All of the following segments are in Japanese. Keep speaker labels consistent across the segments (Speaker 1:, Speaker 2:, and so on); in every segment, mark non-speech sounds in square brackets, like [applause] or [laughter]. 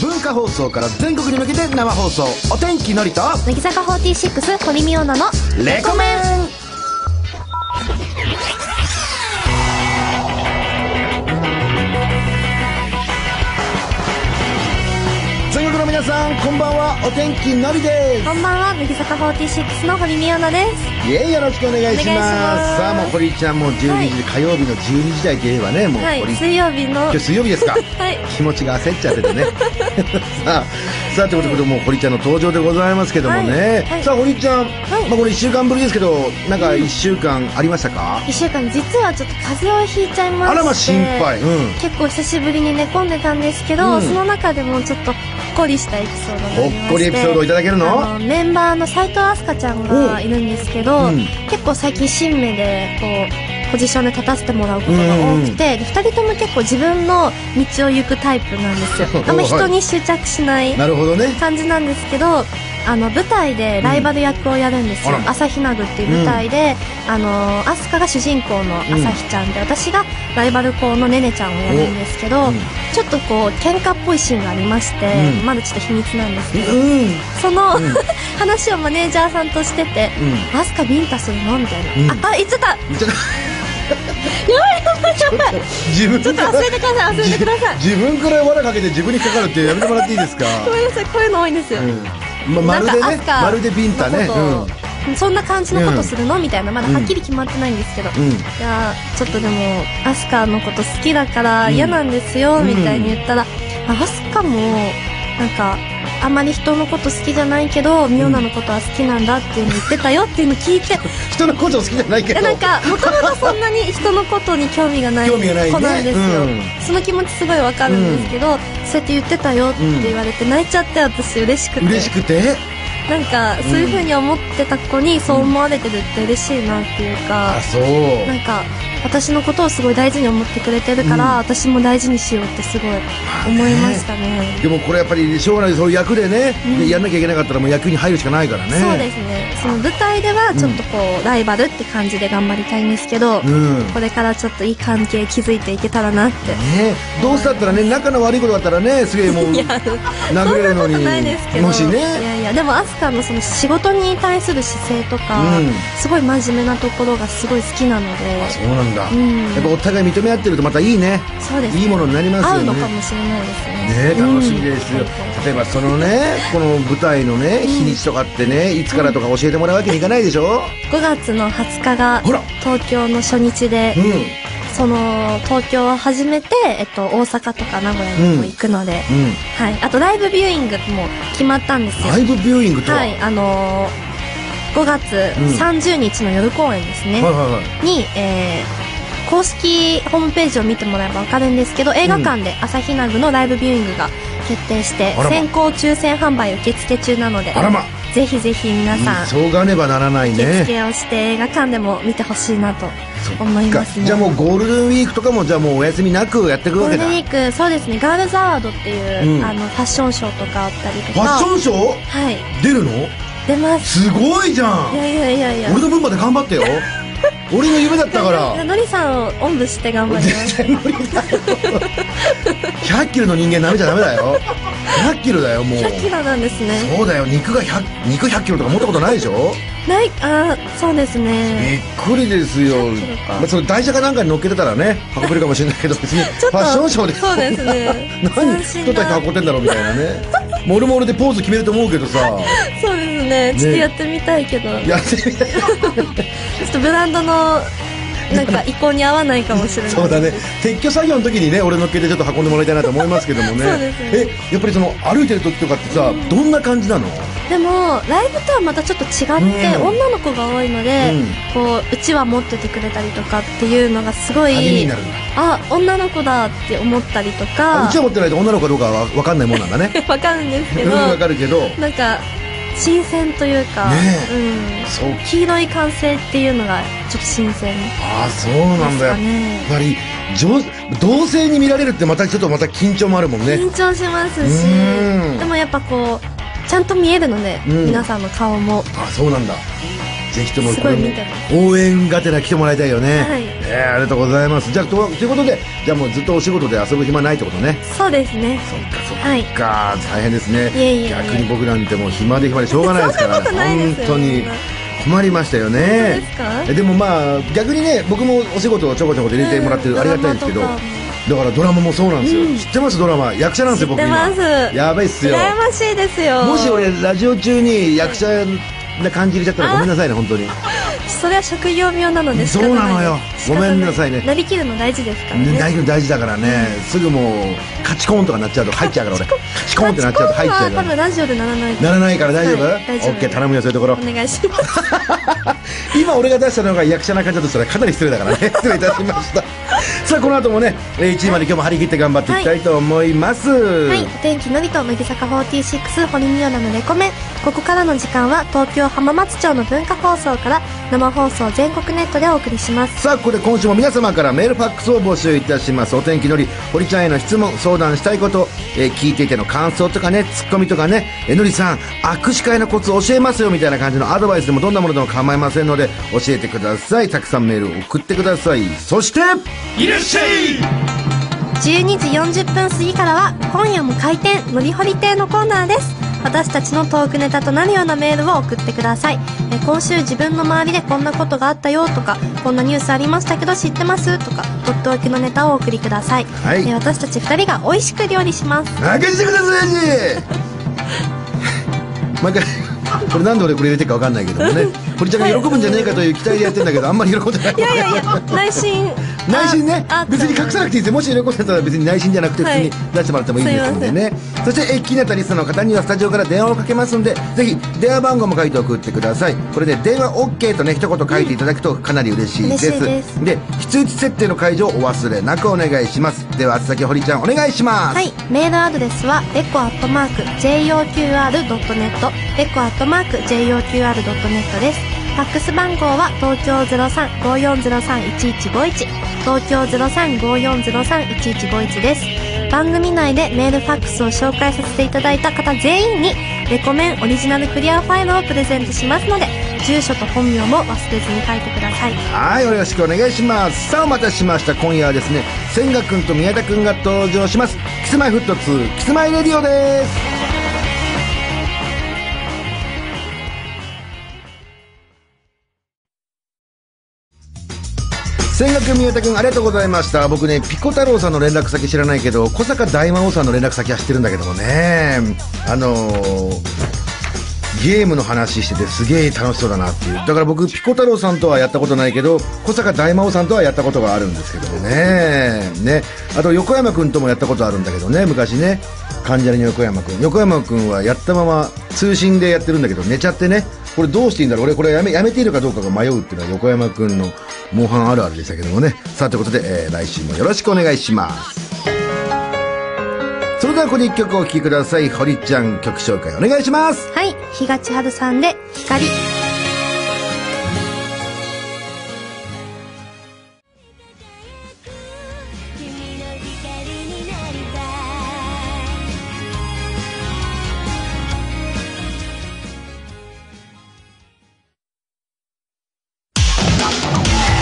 Speaker 1: 文化放送から全国に向けて生放送お天気のりと
Speaker 2: 乃木坂46堀美央奈の
Speaker 1: レコメン全国の皆さんこんばんはお天気のりです
Speaker 2: こんばんは乃木坂46の堀美央奈です
Speaker 1: イエイよろしくお願いします
Speaker 2: お願いします
Speaker 1: さあもう堀ちゃんもう12時、
Speaker 2: はい
Speaker 1: 火曜日の12時台といえばねもう
Speaker 2: はい
Speaker 1: 堀、
Speaker 2: 水曜日の
Speaker 1: 今日水曜日ですか
Speaker 2: はい
Speaker 1: 気持ちが焦っちゃっててねさあさあということでもう堀ちゃんの登場でございますけどもね、
Speaker 2: はいはい
Speaker 1: さあ堀ちゃん、
Speaker 2: い
Speaker 1: まあ、これ1週間ぶりですけどなんか1週間ありましたか、
Speaker 2: 1週間実はちょっと風邪をひいちゃいまして
Speaker 1: あらま心配うん
Speaker 2: 結構久しぶりに寝込んでたんですけど、
Speaker 1: うん
Speaker 2: その中でもちょっとほっこりしたエピソードがありまして
Speaker 1: ほっこりエピソードをいただけるの
Speaker 2: あメンバーの斎藤飛鳥ちゃん
Speaker 1: お
Speaker 2: がいるんですけど、
Speaker 1: うん
Speaker 2: 結構最近新芽でこうポジションで立たせてもらうことが多くて、で2人とも結構自分の道を行くタイプなん
Speaker 1: [laughs]
Speaker 2: ですよあんま人に執着しない
Speaker 1: なるほどね
Speaker 2: 感じなんですけどあの舞台でライバル役をやるんですよ
Speaker 1: う
Speaker 2: 「
Speaker 1: んあら
Speaker 2: 朝日奈ぐ」っていう舞台で、あの飛鳥が主人公の朝日ちゃんで、私がライバル校のねねちゃんをやるんですけど、
Speaker 1: おうん
Speaker 2: ちょっとこう喧嘩っぽいシーンがありまして、
Speaker 1: うん
Speaker 2: まだちょっと秘密なんですけど、
Speaker 1: うん
Speaker 2: その、
Speaker 1: うん
Speaker 2: 話をマネージャーさんとしてて
Speaker 1: うん
Speaker 2: 「飛鳥ビンタするの?」みたいな、
Speaker 1: うん
Speaker 2: ああ言っちゃったや
Speaker 1: ちょっと
Speaker 2: ばいやばいやばい
Speaker 1: 自分
Speaker 2: ちょっと忘れてください忘れてください
Speaker 1: 自自分から罠かけて自分にかかるってやめてもらっていいですか、
Speaker 2: ごめんなさいこういうの多いんですよ、
Speaker 1: うんま、まるでね
Speaker 2: なんか
Speaker 1: まるでビンタね、
Speaker 2: の
Speaker 1: うん
Speaker 2: ことそんな感じのことするのみたいなまだはっきり決まってないんですけど、
Speaker 1: うん
Speaker 2: いやちょっとでもアスカのこと好きだから嫌なんですよ、
Speaker 1: うん
Speaker 2: みたいに言ったら、あアスカもなんかあまり人のこと好きじゃないけどミオナのことは好きなんだっていうの言ってたよっていうの聞いて
Speaker 1: 人の工場好きじゃないけ
Speaker 2: い
Speaker 1: ど
Speaker 2: やなんかもともとそんなに人のことに興味がない
Speaker 1: 興味がないね
Speaker 2: 子なんですよ、
Speaker 1: うん
Speaker 2: その気持ちすごいわかるんですけど、そうやって言ってたよって言われて泣いちゃって私嬉しくて
Speaker 1: 嬉しくて
Speaker 2: なんかそういう風に思ってた子にそう思われてるって嬉しいなっていうか
Speaker 1: あ、そう
Speaker 2: なんか私のことをすごい大事に思ってくれてるから、
Speaker 1: うん
Speaker 2: 私も大事にしようってすごい思いましたね。
Speaker 1: でもこれやっぱり将来そういう役でね、
Speaker 2: うん
Speaker 1: でやんなきゃいけなかったらもう役に入るしかないからね
Speaker 2: そうですねその舞台ではちょっとこう、ライバルって感じで頑張りたいんですけ
Speaker 1: う
Speaker 2: ど、
Speaker 1: ん
Speaker 2: これからちょっといい関係築いていけたらなって、
Speaker 1: ねどうせだったらね仲の悪いことだったらねすげえもう
Speaker 2: いや
Speaker 1: 殴れるの
Speaker 2: そん
Speaker 1: に
Speaker 2: なことないですけど
Speaker 1: もし
Speaker 2: い
Speaker 1: ね
Speaker 2: やいやでもアスカのその仕事に対する姿勢とか、
Speaker 1: うん
Speaker 2: すごい真面目なところがすごい好きなので
Speaker 1: あそうなんだ、
Speaker 2: うん
Speaker 1: やっぱお互い認め合ってるとまたいいね
Speaker 2: そうですね
Speaker 1: いいものになりますよ
Speaker 2: 合う
Speaker 1: ね
Speaker 2: のかもしれないです
Speaker 1: ね
Speaker 2: ね
Speaker 1: 楽しみですよ、
Speaker 2: うん
Speaker 1: 例えばそのねこの舞台のね日にちとかってねいつからとか教えてもらうわけにいかないでしょ、
Speaker 2: 5月の20日が
Speaker 1: ほら
Speaker 2: 東京の初日で、
Speaker 1: うん
Speaker 2: その東京を始めて、えっと、大阪とか名古屋にも行くので、
Speaker 1: うん
Speaker 2: はい、あとライブビューイングも決まったんですよ
Speaker 1: ライブビューイングとは、
Speaker 2: はいあのー、5月
Speaker 1: うん
Speaker 2: 30日の夜公演ですね、
Speaker 1: はいはいはい
Speaker 2: に、えー公式ホームページを見てもらえば分かるんですけど映画館で朝日奈具のライブビューイングが決定して、
Speaker 1: あらま
Speaker 2: 先行抽選販売受付中なので
Speaker 1: あらま
Speaker 2: ぜひぜひ皆さん
Speaker 1: 急がねばならない
Speaker 2: 受
Speaker 1: ね
Speaker 2: 付をして映画館でも見てほしいなと思いますね
Speaker 1: じゃあもうゴールデンウィークとかもじゃあもうお休みなくやっていく
Speaker 2: ゴー
Speaker 1: わけ
Speaker 2: ル
Speaker 1: だ
Speaker 2: デンウィークそうですねガールズアワードっていう、
Speaker 1: うん
Speaker 2: あのファッションショーとかあったりと
Speaker 1: フ
Speaker 2: か
Speaker 1: ァッションショー
Speaker 2: はい
Speaker 1: 出るの
Speaker 2: 出ます
Speaker 1: すごいじゃ
Speaker 2: い
Speaker 1: ん
Speaker 2: やいやいやいや
Speaker 1: 俺の分まで頑張っ
Speaker 2: [laughs]
Speaker 1: てよ俺の夢だったか
Speaker 2: いや
Speaker 1: ら
Speaker 2: のりさんをおんぶして頑張ります
Speaker 1: [laughs] 絶対無理だよ100キロの人間舐めちゃダメだよ100キロだよもう
Speaker 2: 100キロなんですね
Speaker 1: そうだよ肉が100肉100キロとか持ったことないでしょ
Speaker 2: ないあーそうですね
Speaker 1: びっくりですよ
Speaker 2: 100キロか
Speaker 1: まあ、その台車かなんかに乗っけてたらね運べるかもしれないけど別に
Speaker 2: [laughs] ちょっ
Speaker 1: フ
Speaker 2: と
Speaker 1: ァッションショーで
Speaker 2: そうですね
Speaker 1: [laughs] 何
Speaker 2: 斬新
Speaker 1: 太った
Speaker 2: な
Speaker 1: 人運んでんだろうみたいなねモルモルでポーズ決めると思うけど
Speaker 2: [laughs]
Speaker 1: さ
Speaker 2: そうですねちょっとやってみたいけど、
Speaker 1: やってみたい
Speaker 2: ちょっとブランドのなんか意向に合わないかもしれない
Speaker 1: そうだね撤去作業の時にね俺乗っけてちょっと運んでもらいたいなと思いますけどもね
Speaker 2: そうですね
Speaker 1: えやっぱりその歩いてる時とかってさ、どんな感じなの
Speaker 2: でもライブとはまたちょっと違って、
Speaker 1: うん
Speaker 2: 女の子が多いので、
Speaker 1: うん
Speaker 2: こううちわ持っててくれたりとかっていうのがすご
Speaker 1: 励みに
Speaker 2: い
Speaker 1: なるんだ
Speaker 2: あ女の子だって思ったりと
Speaker 1: あ
Speaker 2: か
Speaker 1: うちは持ってないと女の子かどうかは分かんないもんなんだね
Speaker 2: わかるんですけ
Speaker 1: うん
Speaker 2: ど
Speaker 1: 分かるけど
Speaker 2: なんか新鮮というか、
Speaker 1: ね
Speaker 2: うん、
Speaker 1: そう
Speaker 2: 黄色い歓声っていうのがちょっと新鮮で
Speaker 1: ああそうなん
Speaker 2: す
Speaker 1: だよ
Speaker 2: かね
Speaker 1: やっぱり女同性に見られるってまたちょっとまた緊張もあるもんね
Speaker 2: 緊張しますし
Speaker 1: うん
Speaker 2: でもやっぱこうちゃんと見えるので、
Speaker 1: うん
Speaker 2: 皆さんの顔も
Speaker 1: あそうなんだぜひとも
Speaker 2: すごい見てま
Speaker 1: 応援がてら来てもらいたいよね、
Speaker 2: はい
Speaker 1: えーありがとうございますじゃあとということでじゃあもうずっとお仕事で遊ぶ暇ないってことね
Speaker 2: そうですね
Speaker 1: そっかそっか、
Speaker 2: はい
Speaker 1: 大変ですね
Speaker 2: いえいえいえ
Speaker 1: 逆に僕なんてもう暇で暇でしょうがないですから
Speaker 2: そんなことないで
Speaker 1: 本
Speaker 2: す
Speaker 1: 当に困りましたよね
Speaker 2: 本当ですか
Speaker 1: えでもまあ逆にね僕もお仕事をちょこちょこと入れてもらって
Speaker 2: うん
Speaker 1: るありがたいんですけど
Speaker 2: ドラマ
Speaker 1: だ
Speaker 2: とか
Speaker 1: からドラマもそうなんですよ、知ってますドラマ役者なんですよ僕
Speaker 2: 知ってます
Speaker 1: 今やばいっすよ
Speaker 2: 羨ましいですよ
Speaker 1: もし俺ラジオ中に役者な感じ入れちゃったらごめんなさいね本当に
Speaker 2: それは職業病なので仕
Speaker 1: そ
Speaker 2: 方
Speaker 1: う
Speaker 2: い
Speaker 1: なのよ
Speaker 2: 仕方
Speaker 1: ごめんなさいね
Speaker 2: なりきるの大事ですから
Speaker 1: ね
Speaker 2: ね
Speaker 1: 大事大事だからね、すぐもうカチコーンとかなっちゃうと入っちゃうから俺カチコーンってなっちゃうと入っちゃう
Speaker 2: 多
Speaker 1: から
Speaker 2: 分ラジオでならない
Speaker 1: ならないから大丈夫、
Speaker 2: はい大丈夫
Speaker 1: オッケー頼むよそういうところ
Speaker 2: お願いします
Speaker 1: 今俺が出したのが役者な感じだとしたらかなり失礼だ
Speaker 2: [laughs]
Speaker 1: からね失礼いたしましたさあこの後もねえー1時まで今日も張り切って頑張っていきたいと思います、
Speaker 2: はいお天気のりと乃木坂46堀美央奈のレコメンここからの時間は東京浜松町の文化放送から生放送全国ネットでお送りします
Speaker 1: さあここで今週も皆様からメールファックスを募集いたしますお天気のり堀ちゃんへの質問相談したいこと、えー聞いていての感想とかねツッコミとかね、えーのりさん握手会のコツ教えますよみたいな感じのアドバイスでもどんなものでも構いませんので教えてくださいたくさんメールを送ってくださいそして
Speaker 2: 12時40分過ぎからは今夜も開店のりほり亭のコーナーです私たちのトークネタとなるようなメールを送ってくださいえ今週自分の周りでこんなことがあったよとかこんなニュースありましたけど知ってますとかとっておきのネタをお送りください、
Speaker 1: はい
Speaker 2: え私たち2人が美味しく料理します
Speaker 1: 開けてください
Speaker 2: [laughs]
Speaker 1: ね毎回これなんで俺これ入れてるか分かんないけどもね堀ちゃんが喜ぶんじゃねえかという期待でやってんだけどあんまり喜んでない
Speaker 2: いやいやいや内心あ
Speaker 1: 内心ね
Speaker 2: あった
Speaker 1: 別に隠さなくていいですよもし喜んでたら別に内心じゃなくて普
Speaker 2: は
Speaker 1: 通
Speaker 2: い
Speaker 1: に出してもらってもいいですんでね、そしてえ気になったリストの方にはスタジオから電話をかけますんでぜひ電話番号も書いて送ってくださいこれで電話 OK とね一言書いていただくとかなり嬉しいです、
Speaker 2: 嬉しいです
Speaker 1: で非通知設定の解除をお忘れなくお願いしますでは宛先堀ちゃんお願いします
Speaker 2: はい、メールアドレスはレコアットマーク JOQR.net レコアットマーク JOQR.net ですファックス番号は東京0354031151東京0354031151です番組内でメールファックスを紹介させていただいた方全員にレコメンオリジナルクリアファイルをプレゼントしますので住所と本名も忘れずに書いてください
Speaker 1: はい、よろしくお願いします。さあ、お待たせしました。今夜はですね、千賀くんと宮田くんが登場します。キスマイフット2、キスマイレディオです。千賀君、宮田君、ありがとうございました。僕ね、ピコ太郎さんの連絡先知らないけど、小坂大魔王さんの連絡先は知ってるんだけどもね。あのー、ゲームの話しててすげえ楽しそうだなっていうだから僕ピコ太郎さんとはやったことないけど小坂大魔王さんとはやったことがあるんですけどもねねあと横山君ともやったことあるんだけどね昔ね関ジャニの横山君横山君はやったまま通信でやってるんだけど寝ちゃってねこれどうしていいんだろう俺これやめやめているかどうかが迷うっていうのは横山君の模範あるあるでしたけどもねさあということで、えー来週もよろしくお願いしますそれではここで一曲お聴きください堀ちゃん曲紹介お願いします
Speaker 2: はい、比嘉千春さんで光。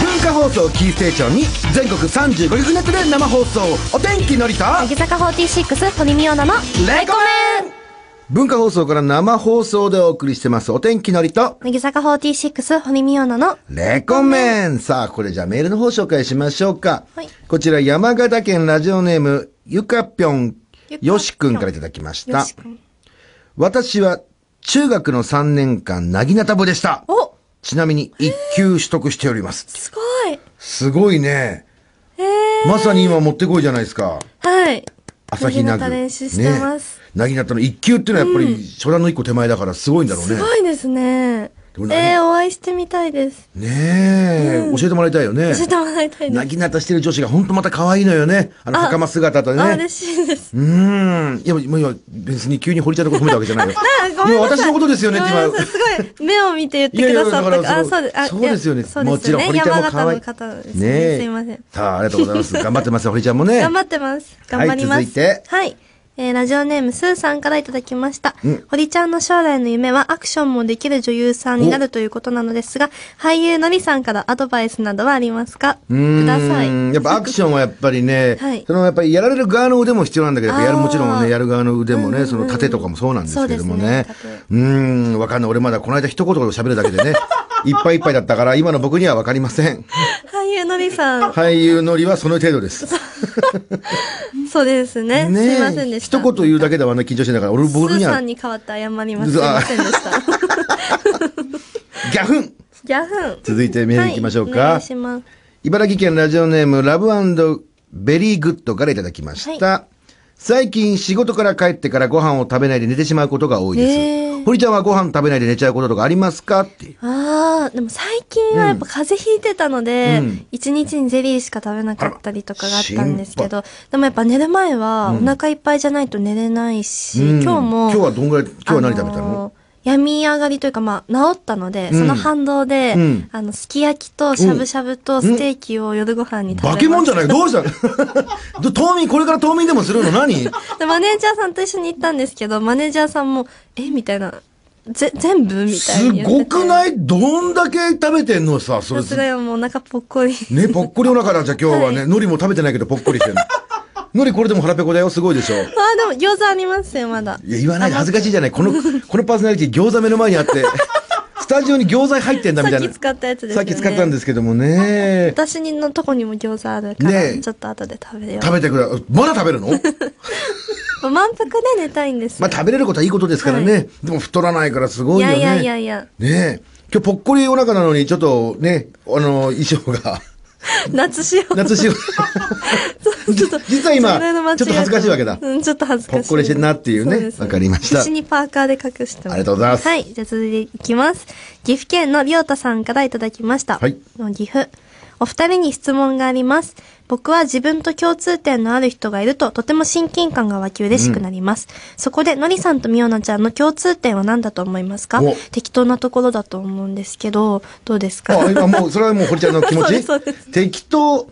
Speaker 1: 文化放送キーステーションに全国35局ネットで生放送お天気のりと
Speaker 2: 乃木坂46鳥見央奈の
Speaker 1: レコメン文化放送から生放送でお送りしてますお天気のりと
Speaker 2: 乃木坂46堀美央奈の
Speaker 1: レコメンさあこれじゃあメールの方紹介しましょうか、
Speaker 2: はい
Speaker 1: こちら山形県ラジオネームゆかぴょん
Speaker 2: ゆかぴょん
Speaker 1: よしくんからいただきまし
Speaker 2: よ
Speaker 1: た
Speaker 2: し君
Speaker 1: 私は中学の3年間なぎなたぼでした
Speaker 2: お
Speaker 1: ちなみに1級取得しております、
Speaker 2: すごい
Speaker 1: すごいね
Speaker 2: えー、
Speaker 1: まさに今持ってこいじゃないですか
Speaker 2: はい
Speaker 1: 朝日奈
Speaker 2: な
Speaker 1: 具
Speaker 2: 練習してます、
Speaker 1: ね、なぎなたの一級っていうのはやっぱり初段の一個手前だからすごいんだろうね
Speaker 2: す。ごいですね
Speaker 1: でも何
Speaker 2: えー、お会いしてみたいです
Speaker 1: ねえ、教えてもらいたいよね。
Speaker 2: 教えてもらいたいで
Speaker 1: な
Speaker 2: す
Speaker 1: ぎなたしてる女子が本当また可愛いのよね。あの
Speaker 2: あ
Speaker 1: 袴姿と
Speaker 2: あ
Speaker 1: ね。
Speaker 2: 嬉しいです
Speaker 1: うーん。いや、もう今別に急に堀ちゃんのこと褒めたわけじゃないよ
Speaker 2: [laughs] あ。ごめん
Speaker 1: もう
Speaker 2: な
Speaker 1: 私
Speaker 2: さい
Speaker 1: のことですよねって
Speaker 2: ごめん
Speaker 1: 今。
Speaker 2: なさいすごい目を見て言ってくださったからあ
Speaker 1: そ
Speaker 2: そう
Speaker 1: う
Speaker 2: ですあ
Speaker 1: そうですよね
Speaker 2: いやそう。
Speaker 1: も
Speaker 2: で
Speaker 1: ち
Speaker 2: す
Speaker 1: ろん、
Speaker 2: よね
Speaker 1: 堀ちゃんも
Speaker 2: 山
Speaker 1: 可愛
Speaker 2: 形
Speaker 1: い
Speaker 2: の。方ですね
Speaker 1: ねえ
Speaker 2: すいません
Speaker 1: さあ、ありがとうございます。頑張ってますよ、堀ちゃんもね。
Speaker 2: 頑張ってます頑張ります
Speaker 1: はい続いて
Speaker 2: はいえーラジオネームスーさんからいただきました。
Speaker 1: うん
Speaker 2: 堀ちゃんの将来の夢はアクションもできる女優さんになるということなのですが、俳優のりさんからアドバイスなどはありますか
Speaker 1: う
Speaker 2: くださ
Speaker 1: ーん
Speaker 2: い。
Speaker 1: やっぱアクションはやっぱりね、
Speaker 2: はい
Speaker 1: そのやっぱりやられる側の腕も必要なんだけど、やっぱやる
Speaker 2: あー
Speaker 1: もちろんね、やる側の腕も
Speaker 2: うんうんう
Speaker 1: ね、
Speaker 2: ん
Speaker 1: その盾とかもそうなんですけどもね
Speaker 2: そうですね。
Speaker 1: うーん、わかんない。俺まだこの間一言喋るだけでね、いっぱいいっぱいだったから、今の僕にはわかりませ
Speaker 2: [laughs]
Speaker 1: ん。
Speaker 2: 俳優のりさん、
Speaker 1: [laughs] 俳優のりはその程度
Speaker 2: [laughs]
Speaker 1: です。
Speaker 2: そうですね。
Speaker 1: ねえ
Speaker 2: すいませんでした。
Speaker 1: 一言言うだけではあんな緊張しないから、俺
Speaker 2: ス
Speaker 1: 僕
Speaker 2: ー
Speaker 1: に
Speaker 2: さ
Speaker 1: は
Speaker 2: ん、に代わって謝ります。すいません
Speaker 1: [laughs]
Speaker 2: でした。
Speaker 1: ギャフン
Speaker 2: ギャフン。
Speaker 1: 続いてメール行きましょうか。
Speaker 2: はい、お願いします。
Speaker 1: 茨城県ラジオネームラブベリーグッドからいただきました、最近仕事から帰ってからご飯を食べないで寝てしまうことが多いです、
Speaker 2: えー
Speaker 1: 堀ちゃんはご飯食べないで寝ちゃうこととかありますかっていう
Speaker 2: ああ、でも最近はやっぱ風邪ひいてたので
Speaker 1: うん、
Speaker 2: 一、日にゼリーしか食べなかったりとかがあったんですけ
Speaker 1: あ
Speaker 2: ど、でもやっぱ寝る前はお腹いっぱいじゃないと寝れないし、
Speaker 1: うん
Speaker 2: 今日も、
Speaker 1: 今日はどんぐらい今日は何食べた
Speaker 2: あ
Speaker 1: の、
Speaker 2: のー病み上がりというか、まあ、治ったので、
Speaker 1: うん
Speaker 2: その反動で、
Speaker 1: うん
Speaker 2: あの、すき焼きとしゃぶしゃぶとステーキを夜ご飯に食べ
Speaker 1: 化
Speaker 2: ました。
Speaker 1: け物じゃないどうした [laughs] のど冬眠、これから冬眠でもするの
Speaker 2: [laughs]
Speaker 1: 何
Speaker 2: [laughs] で、マネージャーさんと一緒に行ったんですけど、マネージャーさんも、えみたいな、ぜ、全部みたい
Speaker 1: す
Speaker 2: に言ってて。
Speaker 1: ごくないいどんだけ食べてんのさ、それ
Speaker 2: さすがよ、もうお腹ぽっこり。
Speaker 1: ね、ぽっこりお腹だ、じゃあ今日はね、
Speaker 2: は
Speaker 1: 海苔も食べてないけどぽっこりしてるの。海苔これでも腹ペコだよ、すごいでしょ。
Speaker 2: あ、でも餃子ありますよ、まだ。
Speaker 1: いや、言わないで恥ずかしいじゃない。こ
Speaker 2: [laughs]
Speaker 1: の、このパーソナリティ餃子目の前にあって、スタジオに餃子入ってんだみたい
Speaker 2: さっ
Speaker 1: な。
Speaker 2: き使ったやつです
Speaker 1: さ
Speaker 2: よ
Speaker 1: っ
Speaker 2: ね。
Speaker 1: き使ったんですけどもね。
Speaker 2: 私のとこにも餃子あるから、
Speaker 1: ねえ
Speaker 2: ちょっと後で食べよ
Speaker 1: 食べてくれ。まだ食べ
Speaker 2: [laughs]
Speaker 1: るの
Speaker 2: う。満腹で寝たいんですよ。
Speaker 1: まあ食べれることはいいことですからね。
Speaker 2: は
Speaker 1: でも太らないからすごい
Speaker 2: い
Speaker 1: よ
Speaker 2: や
Speaker 1: ね。
Speaker 2: いやいやいや。
Speaker 1: ねえ。今日ぽっこりお腹なのに、ちょっとね、あの、衣装
Speaker 2: [laughs]
Speaker 1: が、
Speaker 2: 夏仕様。
Speaker 1: 夏仕様。
Speaker 2: [laughs] ちょっと
Speaker 1: 実は今
Speaker 2: それの間違い
Speaker 1: ちょっと恥ずかしいわけだ
Speaker 2: うん、ちょっと恥ずかしい。
Speaker 1: ほっこりしてんなっていうね
Speaker 2: そです
Speaker 1: わかりました
Speaker 2: 必死にパーカーで隠してます
Speaker 1: ありがとうございます
Speaker 2: はい、じゃあ続いていきます。岐阜県のりょうたさんからいただきました。
Speaker 1: はい
Speaker 2: の岐阜。お二人に質問があります。僕は自分と共通点のある人がいるととても親近感が湧き嬉しくなります。そこでのりさんとみおなちゃんの共通点は何だと思いますか
Speaker 1: お
Speaker 2: 適当なところだと思うんですけど、どうですか
Speaker 1: あ、今もう、それはもう堀ちゃんの気持
Speaker 2: そうで
Speaker 1: ち
Speaker 2: [laughs] すそうです
Speaker 1: 適当。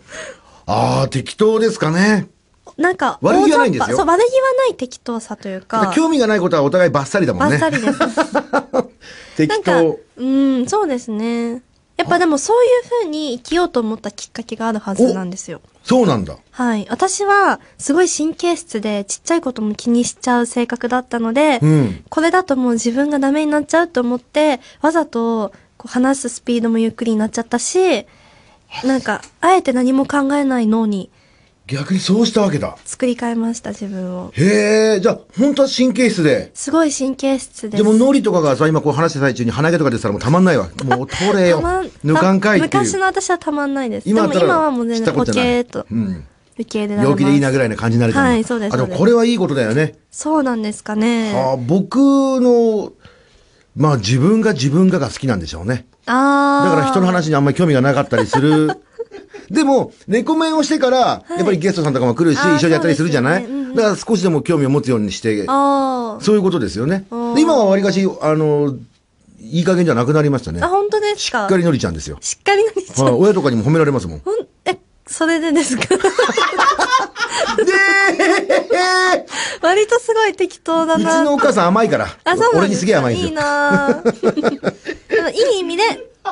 Speaker 1: ああ、適当ですかね。
Speaker 2: なんか、
Speaker 1: 悪気はないんですよ
Speaker 2: 大雑把そう、悪気はない適当さというか。
Speaker 1: 興味がないことはお互いバッサリだも
Speaker 2: バ
Speaker 1: ん
Speaker 2: ッ
Speaker 1: ね
Speaker 2: サ。リです。な
Speaker 1: 適
Speaker 2: んか、
Speaker 1: 当。
Speaker 2: うん、そうですね。やっぱでもそういう風に生きようと思ったきっかけがあるはずなんですよ。
Speaker 1: そうなんだ。
Speaker 2: はい。私は、すごい神経質で、ちっちゃいことも気にしちゃう性格だったので、
Speaker 1: うん
Speaker 2: これだともう自分がダメになっちゃうと思って、わざと、こう話すスピードもゆっくりになっちゃったし、なんか、あえて何も考えない脳に
Speaker 1: 逆にそうしたわけだ。
Speaker 2: 作り変えました、自分を。
Speaker 1: へえ、じゃあ、本当は神経質で。
Speaker 2: すごい神経質です。
Speaker 1: でも、ノリとかがさ、今こう話してる最中に鼻毛とか出てたらもうたまんないわ。もう取れよ
Speaker 2: たまん。
Speaker 1: 抜かんかいっていう。
Speaker 2: 昔の私はたまんないです。で
Speaker 1: 今だっ
Speaker 2: も
Speaker 1: たら
Speaker 2: 今はもう全
Speaker 1: 知っ
Speaker 2: 然
Speaker 1: た
Speaker 2: ポ
Speaker 1: こと
Speaker 2: ケ
Speaker 1: ない
Speaker 2: ーと
Speaker 1: うん。
Speaker 2: 受け入れられます。
Speaker 1: 陽気でいいなぐらいな感じになるじゃん。
Speaker 2: はいそうです
Speaker 1: あ、で
Speaker 2: そ
Speaker 1: も
Speaker 2: うです
Speaker 1: これはいいことだよね。
Speaker 2: そうなんですかね。
Speaker 1: あ僕の、まあ自分が自分がが好きなんでしょうね。
Speaker 2: あー。
Speaker 1: だから人の話にあんまり興味がなかったりす
Speaker 2: [laughs]
Speaker 1: る。でも、猫面をしてから、やっぱりゲストさんとかも来るし、
Speaker 2: あー
Speaker 1: 一緒にやったりするじゃない、
Speaker 2: そうですよねうんうん
Speaker 1: だから少しでも興味を持つようにして、
Speaker 2: あー。
Speaker 1: そういうことですよね。
Speaker 2: うん
Speaker 1: で今はわりかし、あの、いい加減じゃなくなりましたね。
Speaker 2: あ、本当ですか
Speaker 1: しっかりのりちゃんですよ。
Speaker 2: しっかりのりちゃん。
Speaker 1: はい、親とかにも褒められ
Speaker 2: [laughs]
Speaker 1: ますもん。
Speaker 2: ほん、え、それでですか [laughs]
Speaker 1: [laughs] えー、
Speaker 2: 割とすごい適当だ
Speaker 1: うち
Speaker 2: な。
Speaker 1: のお母さん甘いから。
Speaker 2: あ、そうな
Speaker 1: 俺
Speaker 2: ん
Speaker 1: に
Speaker 2: ですか
Speaker 1: すげえ甘いんです
Speaker 2: い
Speaker 1: よ。
Speaker 2: なぁでもいい意味で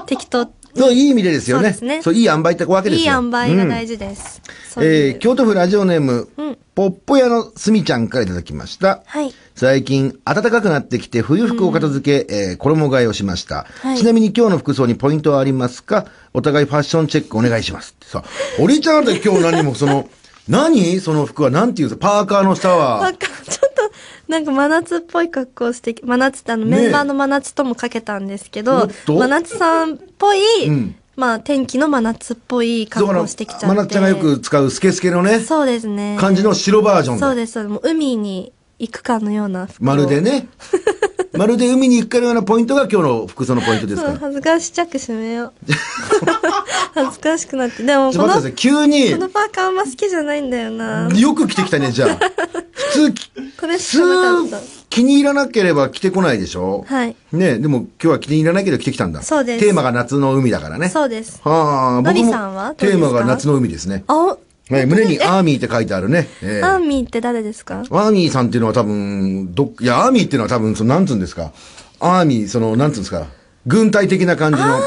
Speaker 2: 適
Speaker 1: [laughs]
Speaker 2: 当。
Speaker 1: そういい意味でですよね。
Speaker 2: そうですね
Speaker 1: そう、いい塩梅ってわけで
Speaker 2: い
Speaker 1: す
Speaker 2: い
Speaker 1: よ。
Speaker 2: 塩梅が
Speaker 1: うん
Speaker 2: 大事です。そういう
Speaker 1: えー、京都府ラジオネーム、ポッポ屋のすみちゃんからいただきました。
Speaker 2: はい
Speaker 1: 最近、暖かくなってきて、冬服を片付け、えー衣替えをしました、
Speaker 2: はい
Speaker 1: ちなみに今日の服装にポイントはありますかお互いファッションチェックお願いします。ってさ、おりちゃんって今日何もその、何その服は何ていうパーカーの下
Speaker 2: な
Speaker 1: は
Speaker 2: ん。か、ちょっと、なんか真夏っぽい格好をして、真夏ってあの、
Speaker 1: ねえ
Speaker 2: メンバーの真夏ともかけたんですけど、
Speaker 1: おっと
Speaker 2: 真夏さんっぽい、
Speaker 1: うん
Speaker 2: まあ、天気の真夏っぽい格好をしてきちゃって。
Speaker 1: まなっちゃんがよく使うスケスケのね、
Speaker 2: そうですね。
Speaker 1: 感じの白バージョンで
Speaker 2: そうです、そうです。もう海に行くかのような服を
Speaker 1: まるで。
Speaker 2: [laughs]
Speaker 1: ね、まるで海に行くかのようなポイントが今日の服装のポイントですか
Speaker 2: そう、
Speaker 1: ら。
Speaker 2: 恥ずかしちゃく締めよ
Speaker 1: [laughs]
Speaker 2: う。恥ずかしくなって。でも、
Speaker 1: ちょ
Speaker 2: こ
Speaker 1: っと待ってく
Speaker 2: の、
Speaker 1: ださい、急に
Speaker 2: こ。のパーカーあんま好きじゃないんだよな。
Speaker 1: よく着てきたね、じゃあ。普通、
Speaker 2: [laughs] こ
Speaker 1: 普
Speaker 2: れしかなか
Speaker 1: 通
Speaker 2: っ、
Speaker 1: 気に入らなければ着てこないでしょ
Speaker 2: はい。
Speaker 1: ねでも今日は気に入らないけど着てきたんだ。
Speaker 2: そうです
Speaker 1: テーマが夏の海だから
Speaker 2: た。
Speaker 1: ね。
Speaker 2: そうです。
Speaker 1: はあ、
Speaker 2: の
Speaker 1: 僕
Speaker 2: り
Speaker 1: も
Speaker 2: さんはどう
Speaker 1: テ
Speaker 2: です
Speaker 1: ー
Speaker 2: か
Speaker 1: マが夏の海ですね。
Speaker 2: あ、お
Speaker 1: ね胸
Speaker 2: [laughs]
Speaker 1: にアーミーって書いてあるね。ええ
Speaker 2: アーミーって誰ですか
Speaker 1: アーミーさんっていうのは多分、どっ、いや、アーミーっていうのは多分、その、なんつうんですか。アーミー、その、なんつうんですか。軍隊的な感じの、
Speaker 2: ああ、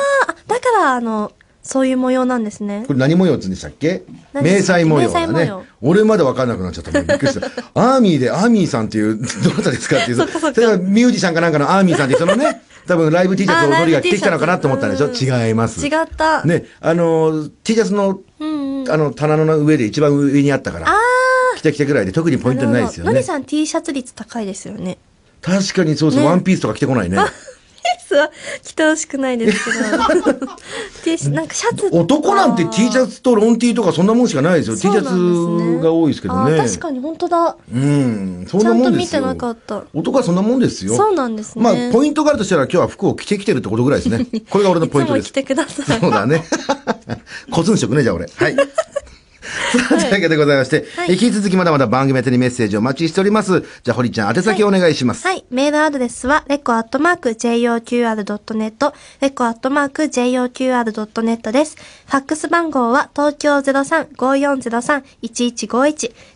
Speaker 2: だから、あの、そういう模様なんですね
Speaker 1: こ。れ何模様っつうんでしたっけ
Speaker 2: 何
Speaker 1: 迷彩模様だ
Speaker 2: 迷彩模
Speaker 1: ね
Speaker 2: 様。
Speaker 1: 俺まで分かんなくなっちゃった。もうびっくりした。アーミーでアーミーさんっていう、 [laughs] どなたですかっていう。
Speaker 2: そっかそっか
Speaker 1: れはミュージシャンかなんかのアーミーさんって人のね、多分ライブ T シャツを
Speaker 2: あー
Speaker 1: 踊り
Speaker 2: ライ
Speaker 1: が
Speaker 2: ブ
Speaker 1: 着てきたのかなと思ったんでしょ
Speaker 2: T シャツ
Speaker 1: 違います。
Speaker 2: 違った。
Speaker 1: ね、あの、T シャツの、あの、棚の上で一番上にあったから
Speaker 2: あ、
Speaker 1: 着てきてぐらいで特にポイント
Speaker 2: あ、
Speaker 1: ないですよ
Speaker 2: の
Speaker 1: ね
Speaker 2: り。さん T シャツ率高いですよね。
Speaker 1: 確かにそうです。
Speaker 2: ね
Speaker 1: ワンピースとか着てこないね。
Speaker 2: T シャツは着てほしくないですけ
Speaker 1: [laughs]
Speaker 2: ど。T シャツ、なんかシャツ。
Speaker 1: 男なんて T シャツとロン T とかそんなもんしかないですよ。T シ
Speaker 2: そうなんですね
Speaker 1: ャツが多いですけどね。
Speaker 2: あー確かに本当だ。
Speaker 1: うん、そんなもんですよ。
Speaker 2: ちゃんと見てなかった
Speaker 1: 男はそんなもんですよ。
Speaker 2: そうなんですね
Speaker 1: まあ、ポイントがあるとしたら今日は服を着てきてるってことぐらい
Speaker 2: [laughs]
Speaker 1: ですね。これが俺の
Speaker 2: いつ
Speaker 1: ポイント
Speaker 2: も
Speaker 1: で
Speaker 2: 着
Speaker 1: す。
Speaker 2: てください。
Speaker 1: そうだね。
Speaker 2: [laughs]
Speaker 1: コツン色ね、じゃあ俺。はい。さあというわけでございまして、
Speaker 2: はい
Speaker 1: 引き続きまだまだ番組宛てにメッセージをお待ちしております。じゃあ、堀ちゃん、宛先お願いします。
Speaker 2: はい。メールアドレスは、レコアットマーク JOQR.net、レコアットマーク JOQR.net です。ファックス番号は、東京03-5403-1151、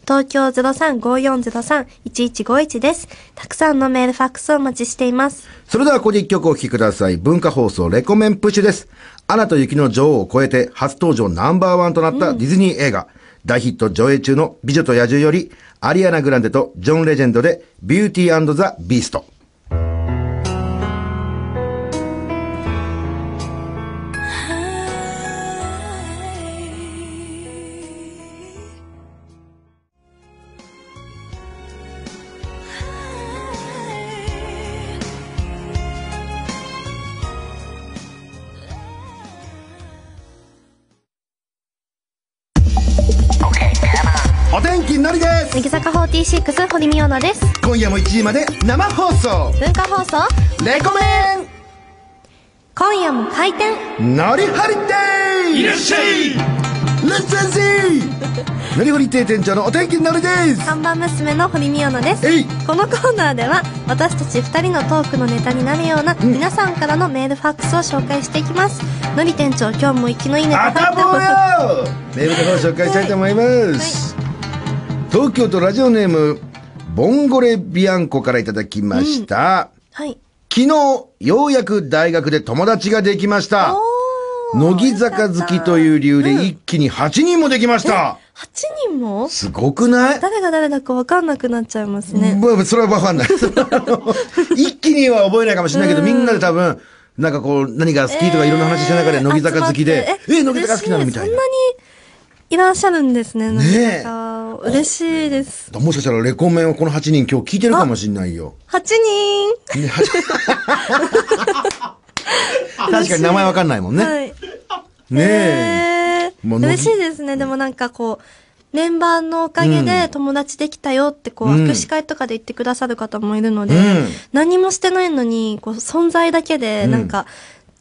Speaker 2: 東京03-5403-1151です。たくさんのメールファックスをお待ちしています。
Speaker 1: それではここで一曲お聴きください。文化放送レコメンプッシュです。アナと雪の女王を超えて初登場ナンバーワンとなったディズニー映画。大ヒット上映中の美女と野獣より、アリアナ・グランデとジョン・レジェンドで、ビューティーザ・ビースト。お天気のりです
Speaker 2: 乃木坂46、堀美央奈です。
Speaker 1: 今夜も1時まで生放送
Speaker 2: 文化放送、
Speaker 1: レコメ
Speaker 2: 今夜も開店
Speaker 1: ンのりはりデイ
Speaker 3: っしゃい
Speaker 1: レッツエンシ
Speaker 3: [laughs]
Speaker 1: ーのりほり亭店長のお天気のりです
Speaker 2: 看板娘の堀美央奈です。
Speaker 1: えい
Speaker 2: このコーナーでは私たち2人のトークのネタになるような皆さんからのメールファックスを紹介していきますのり店長今日も息のいいネ
Speaker 1: あ
Speaker 2: タ書い
Speaker 1: た
Speaker 2: てます
Speaker 1: ぼうよメールの方を紹介したいと思います、東京都ラジオネームボンゴレビアンコからいただきました、
Speaker 2: はい
Speaker 1: 昨日ようやく大学で友達ができました
Speaker 2: おー
Speaker 1: 乃木坂好きという理由で一気に8人もできました、
Speaker 2: 8人も
Speaker 1: すごくない
Speaker 2: 誰が誰だか分かんなくなっちゃいますね
Speaker 1: まあそれはわかんない。 [laughs] 一気には覚えないかもしれないけど、みんなで多分、なんかこう、何が好きとかいろんな話した中で、乃木坂好きで、
Speaker 2: えー
Speaker 1: え、乃木坂好きなの
Speaker 2: 嬉し
Speaker 1: みたい
Speaker 2: そ
Speaker 1: なん
Speaker 2: な。にいらっしゃるんですね乃木
Speaker 1: ねえ
Speaker 2: 坂を嬉しいです
Speaker 1: もしかしたらレコメンをこの8人今日聞いてるかもしれないよ。
Speaker 2: 8人
Speaker 1: ね確かに名前わかんないもんね。
Speaker 2: はい
Speaker 1: ねえ。
Speaker 2: え
Speaker 1: まあ乃木
Speaker 2: 嬉しいですね。でもなんかこう、メンバーのおかげで友達できたよってこう、
Speaker 1: うん
Speaker 2: 握手会とかで言ってくださる方もいるので、
Speaker 1: うん
Speaker 2: 何もしてないのに、こう、存在だけで、なんか、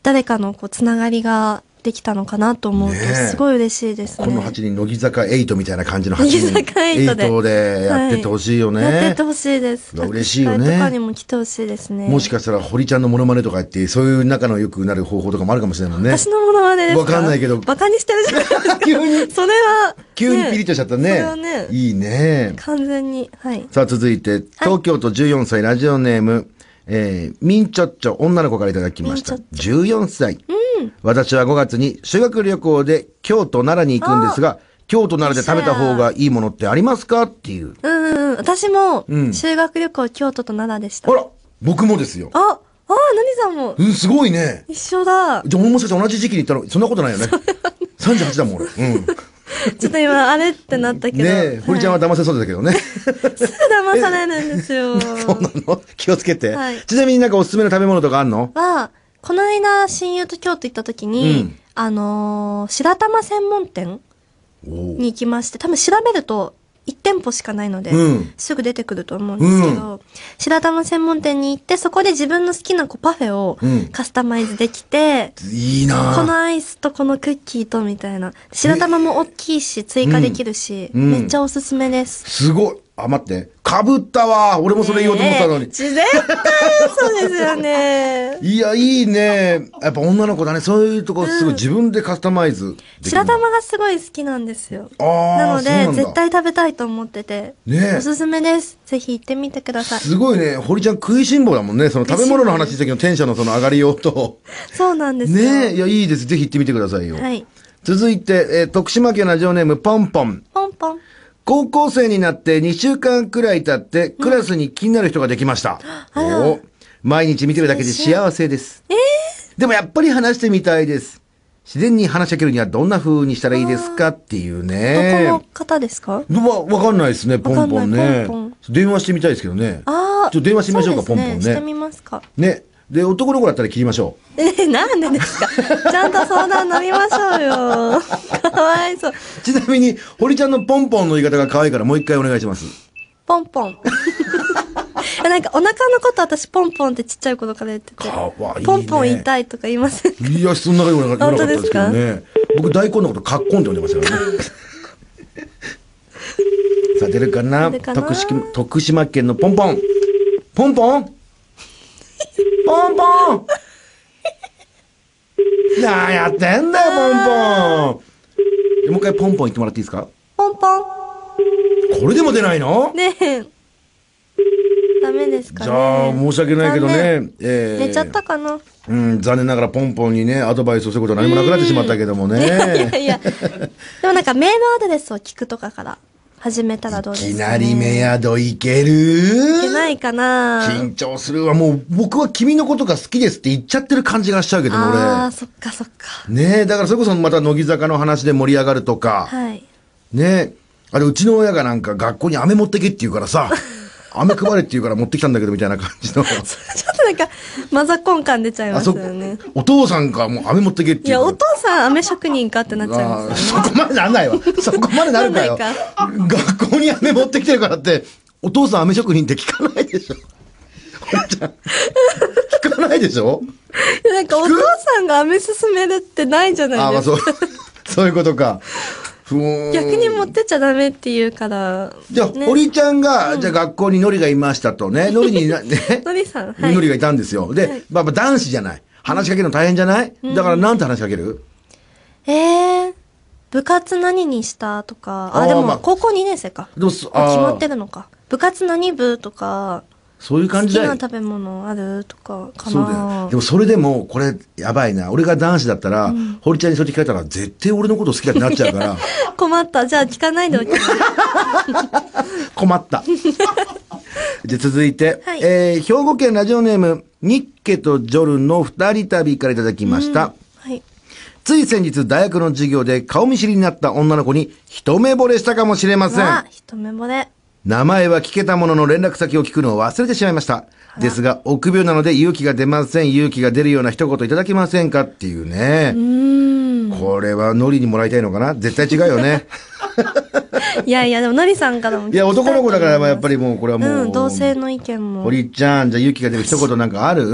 Speaker 2: 誰かのこう、つながりができたのかなと思うと、
Speaker 1: ねえ
Speaker 2: すごい嬉しいですね。
Speaker 1: この8人、乃木坂8みたいな感じの8人。
Speaker 2: 乃木坂8で
Speaker 1: 8でやってってほしいよね。
Speaker 2: はやってってほしいです。
Speaker 1: うわ嬉しいよね
Speaker 2: 握手会とかにも来てほしいですね。
Speaker 1: もしかしたら堀ちゃんのモノマネとかやって、そういう仲の良くなる方法とかもあるかもしれないもんね。
Speaker 2: 私のものまねです
Speaker 1: わかんないけど。
Speaker 2: バカにしてるじゃないですか
Speaker 1: [laughs] 急に
Speaker 2: それは、
Speaker 1: 急にピリッとしちゃったね。
Speaker 2: それはね、
Speaker 1: いいね。
Speaker 2: 完全に、はい。
Speaker 1: さあ続いて、東京都14歳ラジオネーム、えー、みんちょっちょ、女の子からいただきました。
Speaker 2: みん
Speaker 1: 14歳。私は5月に修学旅行で京都奈良に行くんですが、京都奈良で食べた方がいいものってありますかっていう。
Speaker 2: うんうんうん。私も
Speaker 1: うん、
Speaker 2: 修学旅行、京都と奈良でした。
Speaker 1: あら、僕もですよ。
Speaker 2: あ、あ、何さんも、
Speaker 1: うん、すごいね。
Speaker 2: 一緒だ。
Speaker 1: じゃあ、もしかして同じ時期に行ったの、そんなことないよね。38だもん、俺。うん。
Speaker 2: ちょっと今、あれってなったけど。
Speaker 1: ねえ、堀ちゃんは
Speaker 2: はい
Speaker 1: 騙せそうだけどね。 [laughs]
Speaker 2: すぐ [laughs] 騙されるんですよ。
Speaker 1: そうなの気をつけて、
Speaker 2: はい
Speaker 1: ちなみになんかおすすめの食べ物とかあんの
Speaker 2: は、この間、親友と京都行った時
Speaker 1: う
Speaker 2: に
Speaker 1: ん、
Speaker 2: あのー、白玉専門店
Speaker 1: おう
Speaker 2: に行きまして、多分調べると、1店舗しかないので、
Speaker 1: うん
Speaker 2: すぐ出てくると思うんですけど、白玉専門店に行って、そこで自分の好きなこうパフェを
Speaker 1: うん
Speaker 2: カスタマイズできて、
Speaker 1: いいなぁ
Speaker 2: このアイスとこのクッキーとみたいな。白玉も大きいし、追加できるし、
Speaker 1: うん
Speaker 2: めっちゃおすすめです。
Speaker 1: すごい。あ、待って。かぶったわ。俺もそれ言おうと思ったのに
Speaker 2: ねえ。自然体そうですよね。
Speaker 1: いや、いいね。やっぱ女の子だね。そういうとこ、すごい自分でカスタマイズできる。
Speaker 2: 白玉がすごい好きなんですよ。
Speaker 1: あー
Speaker 2: なの
Speaker 1: そう
Speaker 2: で
Speaker 1: なんだ
Speaker 2: 絶対食べたいと思ってて、
Speaker 1: ねえ
Speaker 2: おすすめです。ぜひ行ってみてください。
Speaker 1: すごいね。堀ちゃん食いしん坊だもんね。その食べ物の話した時のテンションのその上がりようと。
Speaker 2: そうなんですよ。
Speaker 1: ねえ。いや、いいです。ぜひ行ってみてくださいよ。
Speaker 2: はい。
Speaker 1: 続いて、えー徳島県ラジオネーム、ポンポン。
Speaker 2: ポンポン。
Speaker 1: 高校生になって2週間くらい経って、クラスに気になる人ができました。
Speaker 2: あら
Speaker 1: お毎日見てるだけで幸せです。でもやっぱり話してみたいです。自然に話しかけるにはどんな風にしたらいいですかっていうね。
Speaker 2: どこの方ですか？
Speaker 1: わ、わかんないですね、ポンポン
Speaker 2: わかんな
Speaker 1: ね
Speaker 2: いポンポ。
Speaker 1: 電話してみたいですけどね。
Speaker 2: ああ。
Speaker 1: ちょっと電話してみましょうか
Speaker 2: そです
Speaker 1: ポンポンね
Speaker 2: してみますか。
Speaker 1: ね。で、男の子だったら切りましょ
Speaker 2: え、なんでですか [laughs] ちゃんと相談乗りましょうよ。 [laughs] かわいそう。
Speaker 1: う。ちなみに、堀ちゃんのポンポンの言い方が可愛いからもう一回お願いします。
Speaker 2: ポンポン。 [laughs] なんかお腹のこと私ポンポンってちっちゃい頃から言ってて。
Speaker 1: かわいいね
Speaker 2: ポンポン痛いとか言いません。 [laughs]
Speaker 1: いや、そんなこと言わなかったですけど
Speaker 2: 本当
Speaker 1: ね。僕、大根のこと、カッコンって呼んでましたから
Speaker 2: [laughs]
Speaker 1: ね。さあ、出るかな
Speaker 2: 出るかな
Speaker 1: 徳島徳島県のポンポン。ポンポンポンポン何やってんだよ、ポンポンもう一回ポンポン言ってもらっていいですか
Speaker 2: ポンポ
Speaker 1: これでも出ないの
Speaker 2: ン。ねえ。ダメですかね。
Speaker 1: じゃあ、申し訳ないけど
Speaker 2: 残
Speaker 1: ね
Speaker 2: 念。
Speaker 1: えー
Speaker 2: 寝ちゃったかな、
Speaker 1: うん、残念ながらポンポンにね、アドバイスをすることは何もなくなってしまったけども
Speaker 2: [laughs] いやいや
Speaker 1: ね。
Speaker 2: いや。でもなんかメールアドレスを聞くとかから始めたらどう
Speaker 1: い
Speaker 2: ですか、ね、
Speaker 1: きなりメ
Speaker 2: い
Speaker 1: アドいける
Speaker 2: けないかな
Speaker 1: 緊張するわ。もう僕は君のことが好きですって言っちゃってる感じがしちゃうけどね、
Speaker 2: ああ、そっかそっか。
Speaker 1: 俺。ねえ、だからそれこそまた乃木坂の話で盛り上がると
Speaker 2: [laughs]
Speaker 1: か。
Speaker 2: はい。
Speaker 1: ねえ。あれ、うちの親がなんか学校に飴持ってけって言うから
Speaker 2: [laughs]
Speaker 1: さ、飴配れって言うから持ってきたんだけどみたいな感じの。
Speaker 2: ちょっとなんか、マザコン感出ちゃい
Speaker 1: あ
Speaker 2: ます
Speaker 1: そ
Speaker 2: よね。、
Speaker 1: お父さんかもう飴持ってけって
Speaker 2: い
Speaker 1: 言うか
Speaker 2: や、
Speaker 1: ら
Speaker 2: お父さん、飴職人かってなっちゃい
Speaker 1: あ
Speaker 2: ま
Speaker 1: ー
Speaker 2: す。
Speaker 1: そこまでなんないわ。
Speaker 2: [laughs]
Speaker 1: そこまでなるかよ。学校に飴持ってきてるからって、お父さん飴職人って聞かないでしょ。ほんちゃん聞かないでしょ
Speaker 2: いやなんか、お父さんが飴勧めるってないじゃ
Speaker 1: あ
Speaker 2: な
Speaker 1: あ、
Speaker 2: い
Speaker 1: まあ
Speaker 2: です
Speaker 1: そ
Speaker 2: か。
Speaker 1: う、そういうことか。ふーん
Speaker 2: 逆に持ってっちゃダメって言うから。
Speaker 1: じゃあ、
Speaker 2: ね
Speaker 1: 堀ちゃんが、じゃあ学校にノリがいましたと
Speaker 2: [laughs]
Speaker 1: ね、ノリにな、ね、
Speaker 2: のりさん。はい。
Speaker 1: ノリがいたんですよ。で、まあまあ男子じゃない。話しかけるの大変じゃないだからなんて話しかける
Speaker 2: えー、部活何にしたとか。
Speaker 1: あ
Speaker 2: あ、
Speaker 1: ー
Speaker 2: で
Speaker 1: まあ
Speaker 2: も、高校2年生か。
Speaker 1: どうす
Speaker 2: あ
Speaker 1: あー
Speaker 2: 決まってるのか。部活何部とか、
Speaker 1: そういう
Speaker 2: 好
Speaker 1: 感じ
Speaker 2: き
Speaker 1: だ
Speaker 2: な
Speaker 1: よ。
Speaker 2: 食べ物あるとか、か
Speaker 1: そうだよ
Speaker 2: な
Speaker 1: ね。で。もそれでも、これ、やばいな。俺が男子だったら、堀ちゃんにそれ聞かれたら、絶対俺のこと好きだってなっちゃうから、
Speaker 2: [laughs] 困った。じゃあ聞かないでお
Speaker 1: [laughs]
Speaker 2: きます。
Speaker 1: 困った。 [laughs] じゃあ続いて、
Speaker 2: はい
Speaker 1: えー、兵庫県ラジオネーム、ニッケとジョルの二人旅からいただきました。
Speaker 2: はい。
Speaker 1: つい先日、大学の授業で顔見知りになった女の子に一目惚れしたかもしれません
Speaker 2: わ。あ、一目惚れ。
Speaker 1: 名前は聞けたものの連絡先を聞くのを忘れてしまいました。ですが、臆病なので勇気が出ません。勇気が出るような一言いただけませんかっていうね。これはノリにもらいたいのかな絶対違うよね。
Speaker 2: いやいや、でも、のりさんからも
Speaker 1: い
Speaker 2: 聞きた
Speaker 1: や、男の子だから
Speaker 2: と思い
Speaker 1: や
Speaker 2: ま
Speaker 1: っ
Speaker 2: す
Speaker 1: ぱりもうこれはもう。
Speaker 2: うん、同性の意見も。い
Speaker 1: 堀ちゃん、じゃあ勇気が出る一言なんかある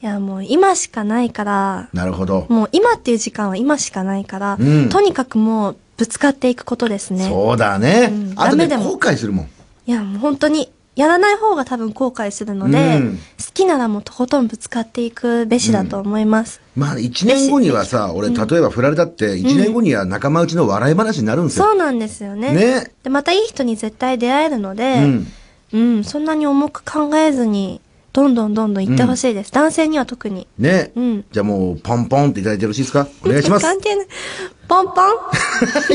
Speaker 2: や、もう今しかないから、
Speaker 1: なるほど。
Speaker 2: もう今っていう時間は今しかないから、
Speaker 1: うん
Speaker 2: とにかくもうぶつかっていくことですね。
Speaker 1: そうだね
Speaker 2: うん。
Speaker 1: あとね、
Speaker 2: ダメでも
Speaker 1: 後悔するもん。
Speaker 2: いや、もう本当に、やらない方が多分後悔するので、
Speaker 1: うん
Speaker 2: 好きならもうとことんぶつかっていくべしだと思います。
Speaker 1: まあ、一年後にはさ、俺、例えば振られたって、一年後には仲間内の笑い話になるんですよ。
Speaker 2: そうなんですよね。
Speaker 1: ね
Speaker 2: で、またいい人に絶対出会えるので、
Speaker 1: うん
Speaker 2: うん、そんなに重く考えずに、どんどんどんどん行ってほしいです。男性には特に。
Speaker 1: ね、
Speaker 2: うん
Speaker 1: じゃあもう、ポンポンっていただいてよろしいですかお願いします。
Speaker 2: 関係ない。ポンポ ン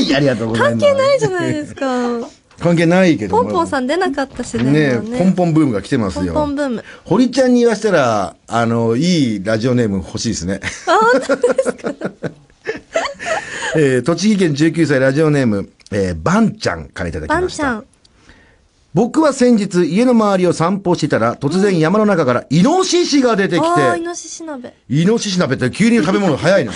Speaker 1: [laughs] いやありがとうござい
Speaker 2: 関
Speaker 1: ます。
Speaker 2: 係ないじゃないですか。
Speaker 1: [laughs] 関係ないけど
Speaker 2: ポ
Speaker 1: も。
Speaker 2: ンポンさん出なかったしね。
Speaker 1: ね
Speaker 2: もう
Speaker 1: ポンポンブームが来てますよ。
Speaker 2: ポンポンブーム。
Speaker 1: 堀ちゃんに言わしたら、あの、いいラジオネーム欲しいですね。
Speaker 2: あ、本当ですか。
Speaker 1: [laughs] えー、栃木県19歳ラジオネーム、えー、バンちゃんからいただき
Speaker 2: バン
Speaker 1: まし
Speaker 2: ち
Speaker 1: た。
Speaker 2: ゃん。
Speaker 1: 僕は先日、家の周りを散歩してたら、突然山の中からイノシシが出てき
Speaker 2: ああ、イ
Speaker 1: て、
Speaker 2: ノシシ鍋。
Speaker 1: イノシシ鍋って急に食べ物早い
Speaker 2: [laughs]
Speaker 1: の。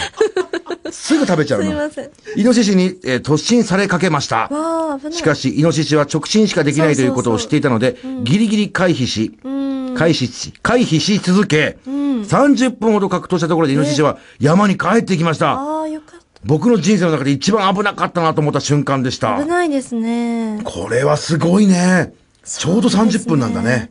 Speaker 1: すぐ食べちゃう
Speaker 2: す
Speaker 1: の。
Speaker 2: いません。
Speaker 1: イノシシに、えー突進されかけました。
Speaker 2: わあ、危ない。
Speaker 1: しかし、イノシシは直進しかできないということを知っていたので、ギリギリ回避し、回避し、回避し続け、30分ほど格闘したところでイノシシは山に帰ってきました。
Speaker 2: ああ、よかった。
Speaker 1: 僕の人生の中で一番危なかったなと思った瞬間でした
Speaker 2: 危。ないですね。
Speaker 1: これはすごいね。ちょうど30分なんだね。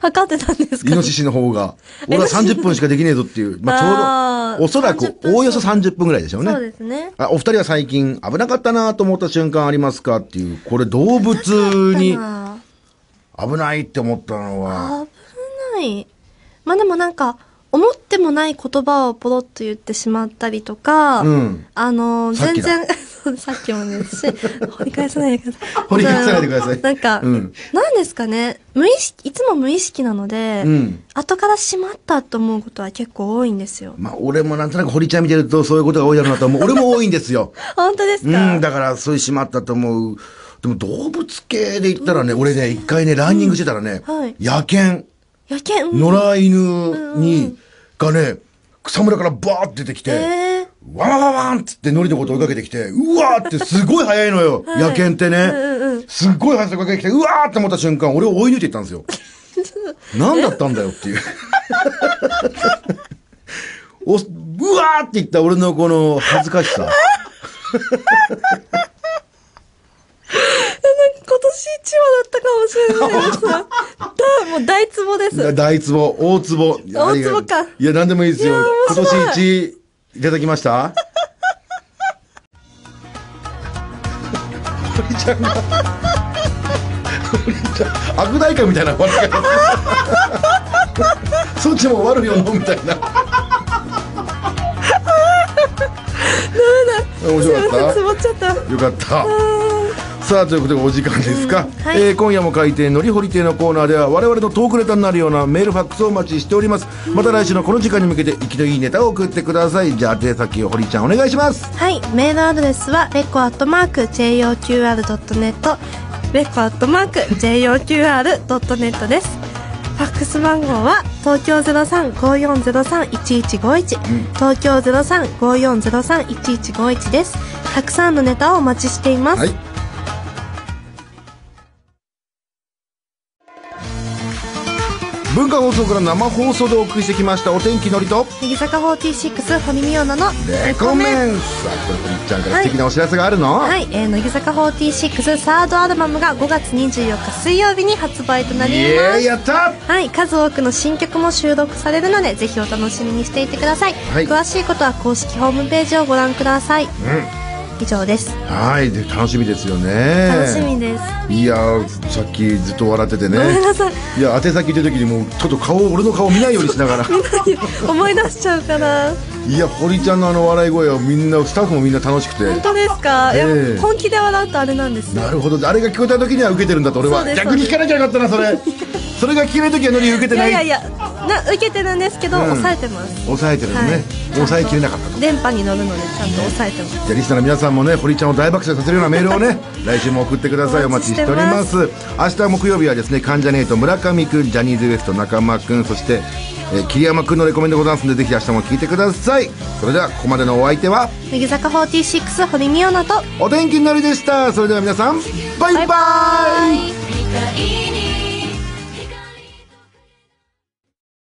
Speaker 2: 測ってたんですか
Speaker 1: イノシシの方が。俺は30分しかできねえぞっていう。まあ
Speaker 2: あ
Speaker 1: ちょう
Speaker 2: ー
Speaker 1: ど、おそら
Speaker 2: 30
Speaker 1: く
Speaker 2: 分
Speaker 1: おおよそ30分ぐらいでしょうね。
Speaker 2: そうですね。
Speaker 1: あお二人は最近危なかったなと思った瞬間ありますかっていう、これ動物に
Speaker 2: あ
Speaker 1: 危ないって思ったのは、
Speaker 2: ー危ない。まあでもなんか、思ってもない言葉をポロッと言ってしまったりとか、
Speaker 1: うん
Speaker 2: あの、
Speaker 1: さっ
Speaker 2: 全
Speaker 1: きだ
Speaker 2: 然、 [laughs] そうさっきもですし、掘り返さないでください。
Speaker 1: 掘り返さないでください
Speaker 2: なんか、
Speaker 1: うん
Speaker 2: なんですかね、無意識、いつも無意識なので、
Speaker 1: うん
Speaker 2: 後からしまったと思うことは結構多いんですよ。
Speaker 1: まあ俺もなんとなく堀ちゃん見てるとそういうことが多いだろうなと思う。俺も多いんですよ。
Speaker 2: 本当です
Speaker 1: う
Speaker 2: か
Speaker 1: ん、だからそういうしまったと思う。でも動物系で言ったらね、俺ね、一回ね、ランニングしてたらね、
Speaker 2: うんはい
Speaker 1: 野犬、
Speaker 2: 野犬、うん
Speaker 1: 野良犬に、がね、草むらからバーって出てきて、
Speaker 2: えー
Speaker 1: わわわわんっつってノリのこと追いかけてきて、うわーってすごい速いの
Speaker 2: [laughs]
Speaker 1: よ、
Speaker 2: い
Speaker 1: 野犬ってね。
Speaker 2: うんうんうん
Speaker 1: すっごい速さで追いかけてきて、うわーって思った瞬間、俺を追い抜いていったんです
Speaker 2: [laughs]
Speaker 1: よ。何だったんだよっていう。
Speaker 2: [laughs]
Speaker 1: おうわーって言った俺のこの恥ずかしさ。
Speaker 2: 今年一話だったかもしれ
Speaker 1: [laughs]
Speaker 2: ないです。だ、もう大ツボです。
Speaker 1: だ大壺、大壺。
Speaker 2: 大壺か
Speaker 1: いや、なんでもいいですよ
Speaker 2: いや。面
Speaker 1: 今
Speaker 2: 白い
Speaker 1: 年一、いただきました [laughs] 堀ちゃんが、堀ちゃん、悪代官みたいな笑
Speaker 2: [laughs]
Speaker 1: い方。そっちも悪いよのみた
Speaker 2: [laughs]
Speaker 1: いな。面
Speaker 2: すい
Speaker 1: 白
Speaker 2: ま [laughs] せん、
Speaker 1: かっ
Speaker 2: ツボっちゃった。
Speaker 1: たよかった。さあということでお時間ですか、
Speaker 2: はい
Speaker 1: えー今夜も開店のりほり亭のコーナーでは我々のトークネタになるようなメールファックスをお待ちしておりますまた来週のこの時間に向けて生きのいいネタを送ってくださいじゃあ宛先をほりちゃんお願いします
Speaker 2: はい、メールアドレスは、レコアットマーク、JOQR.net、レコアットマーク、JOQR.net です。ファックス番号は、東京03-5403-1151、東京03-5403-1151です。たくさんのネタをお待ちしています。
Speaker 1: はい文化放送から生放送でお送りしてきましたお天気のりと
Speaker 2: 乃木坂46、堀美央奈の、
Speaker 1: レコメンさあこれほりちゃんから素敵なお知らせがあるの、
Speaker 2: はい、えー、乃木坂46サードアルバムが5月24日水曜日に発売となり
Speaker 1: イ
Speaker 2: ま
Speaker 1: エーイ
Speaker 2: す
Speaker 1: やった
Speaker 2: はい、数多くの新曲も収録されるのでぜひお楽しみにしていてください、
Speaker 1: はい
Speaker 2: 詳しいことは公式ホームページをご覧ください、以上です
Speaker 1: はいで楽しみですよね
Speaker 2: 楽しみです、 [laughs]
Speaker 1: いやーさっきずっと笑っててね
Speaker 2: ごめんなさい
Speaker 1: いや宛先言ってる時にもうちょっと顔俺の顔見ないようにしなが
Speaker 2: [laughs]
Speaker 1: ら
Speaker 2: 思い出しちゃうかない
Speaker 1: や堀ちゃんのあの笑い声はみんなスタッフもみんな楽しくて
Speaker 2: 本当ですか、いや
Speaker 1: ええ
Speaker 2: 本気で笑うとあれなんですよ
Speaker 1: なるほどあれが聞こえた時には受けてるんだと俺
Speaker 2: そう
Speaker 1: は
Speaker 2: です
Speaker 1: 逆に聞かなきゃよかったなそれそれが聞けない時はノリ受けて
Speaker 2: い
Speaker 1: な
Speaker 2: や
Speaker 1: い
Speaker 2: いやいやな受けてるんですけど、
Speaker 1: うん
Speaker 2: 抑えてます
Speaker 1: 抑えてるのね、
Speaker 2: はい
Speaker 1: 抑えきれなかったと
Speaker 2: 電波に乗るのでちゃんと抑えてます
Speaker 1: じゃあリスナーの皆さんもね堀ちゃんを大爆笑させるようなメールを [laughs] ね来週も送ってくださいお
Speaker 2: お
Speaker 1: 待ちし
Speaker 2: 待ち
Speaker 1: て
Speaker 2: して
Speaker 1: おり
Speaker 2: ま
Speaker 1: ます明日木曜日はですね関ジャネイト村上くんジャニーズ WEST 中間くんそして、えー桐山くんのレコメンドございますのでぜひ明日も聞いてくださいそれではここまでのお相手は
Speaker 2: 乃木坂46堀美央奈と
Speaker 1: お天気のりでしたそれでは皆さんバイバイ
Speaker 2: バイバイ
Speaker 3: 「未来の